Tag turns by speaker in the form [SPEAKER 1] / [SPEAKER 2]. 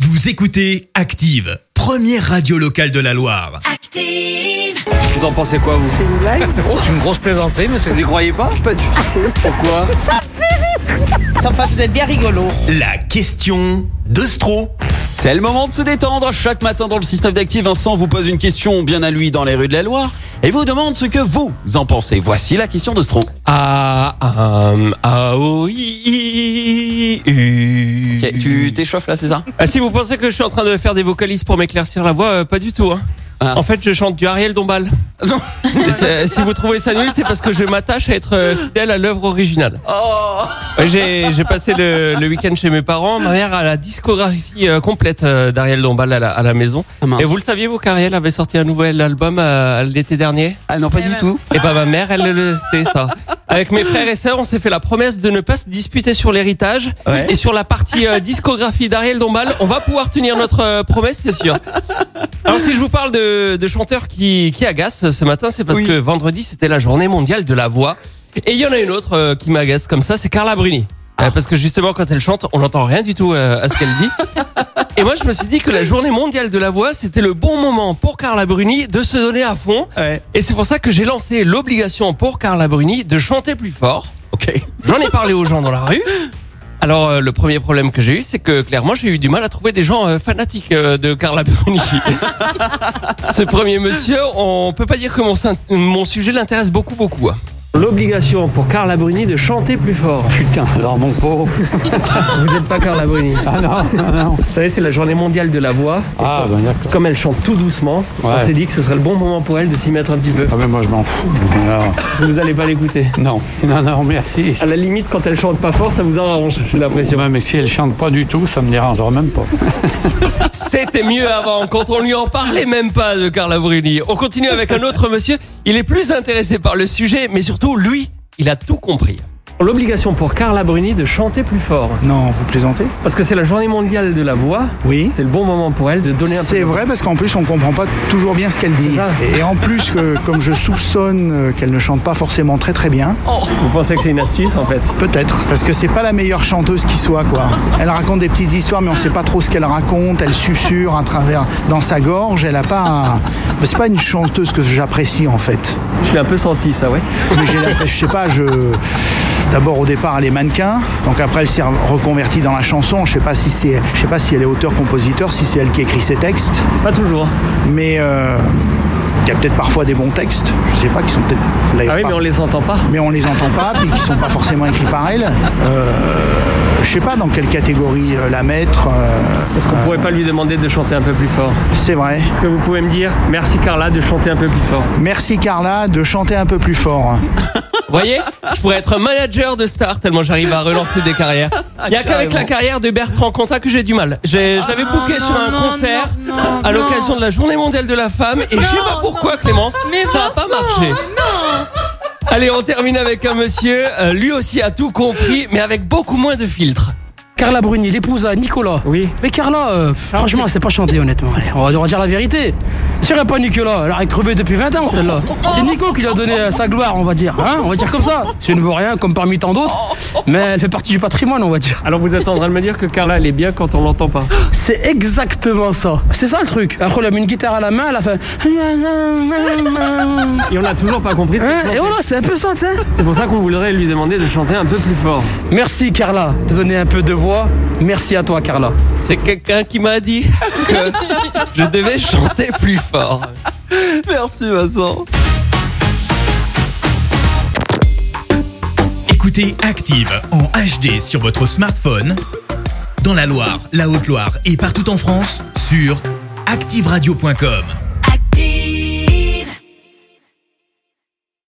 [SPEAKER 1] Vous écoutez Active, première radio locale de la Loire.
[SPEAKER 2] Active.
[SPEAKER 3] Vous en pensez quoi, vous
[SPEAKER 4] C'est une blague
[SPEAKER 3] C'est une grosse plaisanterie, monsieur. Vous y croyez pas
[SPEAKER 4] Pas du tout.
[SPEAKER 3] Pourquoi
[SPEAKER 4] Enfin, vous êtes bien rigolo.
[SPEAKER 1] La question de Stro.
[SPEAKER 5] C'est le moment de se détendre. Chaque matin dans le système d'actifs, Vincent vous pose une question bien à lui dans les rues de la Loire et vous demande ce que vous en pensez. Voici la question de Stro.
[SPEAKER 3] Ah, ah, ah, oh, i, i, i, i.
[SPEAKER 5] Ok, tu t'échauffes là, c'est ça
[SPEAKER 3] Ah, si vous pensez que je suis en train de faire des vocalises pour m'éclaircir la voix, euh, pas du tout. hein.
[SPEAKER 5] Ah.
[SPEAKER 3] En fait, je chante du Ariel Dombal.
[SPEAKER 5] Non.
[SPEAKER 3] Et c'est- euh, si vous trouvez ça nul, c'est parce que je m'attache à être euh, fidèle à l'œuvre originale.
[SPEAKER 5] Oh
[SPEAKER 3] Ouais, J'ai j'ai passé le, le week-end chez mes parents. Ma mère a la discographie euh, complète euh, d'Ariel Dombal à la, à la maison.
[SPEAKER 5] Ah, mince.
[SPEAKER 3] Et vous le saviez, vous, qu'Ariel avait sorti un nouvel album euh, l'été dernier
[SPEAKER 5] Ah non, pas du tout.
[SPEAKER 3] Et bah ma mère, elle le sait ça. Avec mes frères et sœurs, on s'est fait la promesse de ne pas se disputer sur l'héritage
[SPEAKER 5] Ouais.
[SPEAKER 3] et sur la partie euh, discographie d'Ariel Dombal. On va pouvoir tenir notre euh, promesse, c'est sûr. Alors si je vous parle de, de chanteurs qui, qui agacent ce matin, c'est parce
[SPEAKER 5] Oui.
[SPEAKER 3] que vendredi c'était la journée mondiale de la voix. Et il y en a une autre euh, qui m'agace comme ça, c'est Carla Bruni. Euh,
[SPEAKER 5] Ah.
[SPEAKER 3] parce que justement quand elle chante, on n'entend rien du tout euh, à ce qu'elle dit. Et moi je me suis dit que la journée mondiale de la voix, c'était le bon moment pour Carla Bruni de se donner à fond.
[SPEAKER 5] Ouais.
[SPEAKER 3] Et c'est pour ça que j'ai lancé l'obligation pour Carla Bruni de chanter plus fort.
[SPEAKER 5] Ok.
[SPEAKER 3] J'en ai parlé aux gens dans la rue. Alors euh, le premier problème que j'ai eu, c'est que clairement j'ai eu du mal à trouver des gens euh, fanatiques euh, de Carla Bruni. Ce premier monsieur, on peut pas dire que mon, sein- mon sujet l'intéresse beaucoup beaucoup. hein. L'obligation pour Carla Bruni de chanter plus fort.
[SPEAKER 6] Putain, alors mon pauvre.
[SPEAKER 3] Vous n'êtes pas Carla Bruni.
[SPEAKER 6] Ah non, non, non.
[SPEAKER 3] Vous savez, c'est la journée mondiale de la voix.
[SPEAKER 6] Ah ben d'accord.
[SPEAKER 3] Comme elle chante tout doucement,
[SPEAKER 6] on s'est
[SPEAKER 3] dit que ce serait le bon moment pour elle de s'y mettre un petit peu.
[SPEAKER 6] Ah ben moi je m'en fous. Alors,
[SPEAKER 3] Vous allez pas l'écouter.
[SPEAKER 6] non, non, non, merci.
[SPEAKER 3] À la limite, quand elle chante pas fort, ça vous arrange, j'ai l'impression.
[SPEAKER 6] Ouais, mais si elle chante pas du tout, ça me dérangera même pas.
[SPEAKER 3] C'était mieux avant, quand on lui en parlait même pas de Carla Bruni. On continue avec un autre monsieur. Il est plus intéressé par le sujet, mais surtout, lui, il a tout compris. L'obligation pour Carla Bruni de chanter plus fort.
[SPEAKER 7] Non, vous plaisantez
[SPEAKER 3] Parce que c'est la journée mondiale de la voix.
[SPEAKER 7] Oui.
[SPEAKER 3] C'est le bon moment pour elle de donner un
[SPEAKER 7] C'est
[SPEAKER 3] peu.
[SPEAKER 7] vrai parce qu'en plus on comprend pas toujours bien ce qu'elle dit.
[SPEAKER 3] C'est
[SPEAKER 7] Et en plus que comme je soupçonne euh, qu'elle ne chante pas forcément très très bien,
[SPEAKER 3] Vous pensez que c'est une astuce en fait
[SPEAKER 7] peut-être parce que c'est pas la meilleure chanteuse qui soit quoi. Elle raconte des petites histoires mais on sait pas trop ce qu'elle raconte, elle susurre à travers dans sa gorge, elle a pas c'est pas une chanteuse que j'apprécie en fait.
[SPEAKER 3] Je l'ai un peu senti ça, ouais.
[SPEAKER 7] Mais j'ai la- je sais pas, je D'abord au départ elle est mannequin, donc après elle s'est reconvertie dans la chanson. Je sais pas si c'est, je sais pas si elle est auteur-compositeur, si c'est elle qui écrit ses textes.
[SPEAKER 3] Pas toujours.
[SPEAKER 7] mais euh, il y a peut-être parfois des bons textes, je sais pas, qui sont peut-être d'ailleurs
[SPEAKER 3] Ah oui,
[SPEAKER 7] pas-
[SPEAKER 3] mais on les entend pas.
[SPEAKER 7] mais on les entend pas, puis qui sont pas forcément écrits par elle. Euh, je sais pas dans quelle catégorie euh, la mettre. euh,
[SPEAKER 3] Est-ce qu'on pourrait pas lui demander de chanter un peu plus fort
[SPEAKER 7] c'est vrai.
[SPEAKER 3] Est-ce que vous pouvez me dire merci Carla de chanter un peu plus fort
[SPEAKER 7] Merci Carla de chanter un peu plus fort.
[SPEAKER 3] Vous voyez Je pourrais être manager de star tellement j'arrive à relancer des carrières. Il y a qu'avec la carrière de Bertrand Cantat que j'ai du mal. J'ai- Je l'avais booké sur un concert à l'occasion de la Journée mondiale de la femme et je sais pas pourquoi Clémence, ça n'a pas marché. Allez, on termine avec un monsieur, euh, lui aussi a tout compris mais avec beaucoup moins de filtres.
[SPEAKER 8] Carla Bruni, l'épouse à Nicolas.
[SPEAKER 3] Oui.
[SPEAKER 8] Mais Carla, euh, franchement, elle sait pas chanter, honnêtement. Allez, on, va, on va dire la vérité. Si elle pas Nicolas, elle aurait crevé depuis 20 ans, celle-là. C'est Nico qui lui a donné euh, sa gloire, on va dire. Hein on va dire comme ça. Je ne vois rien, comme parmi tant d'autres. Mais elle fait partie du patrimoine, on va dire.
[SPEAKER 3] Alors vous êtes en train de me dire que Carla elle est bien quand on l'entend pas.
[SPEAKER 8] C'est exactement ça. C'est ça le truc. Après, elle a mis une guitare à la main, elle a fait. Hein
[SPEAKER 3] Et on n'a toujours pas compris.
[SPEAKER 8] et voilà, c'est un peu ça, tu sais.
[SPEAKER 3] C'est pour ça qu'on voudrait lui demander de chanter un peu plus fort.
[SPEAKER 8] Merci, Carla, de donner un peu de voix. Merci à toi, Carla.
[SPEAKER 3] C'est quelqu'un qui m'a dit que je devais chanter plus fort.
[SPEAKER 5] Merci Vincent.
[SPEAKER 1] Écoutez Active en HD sur votre smartphone, dans la Loire, la Haute-Loire et partout en France, sur activeradio.com.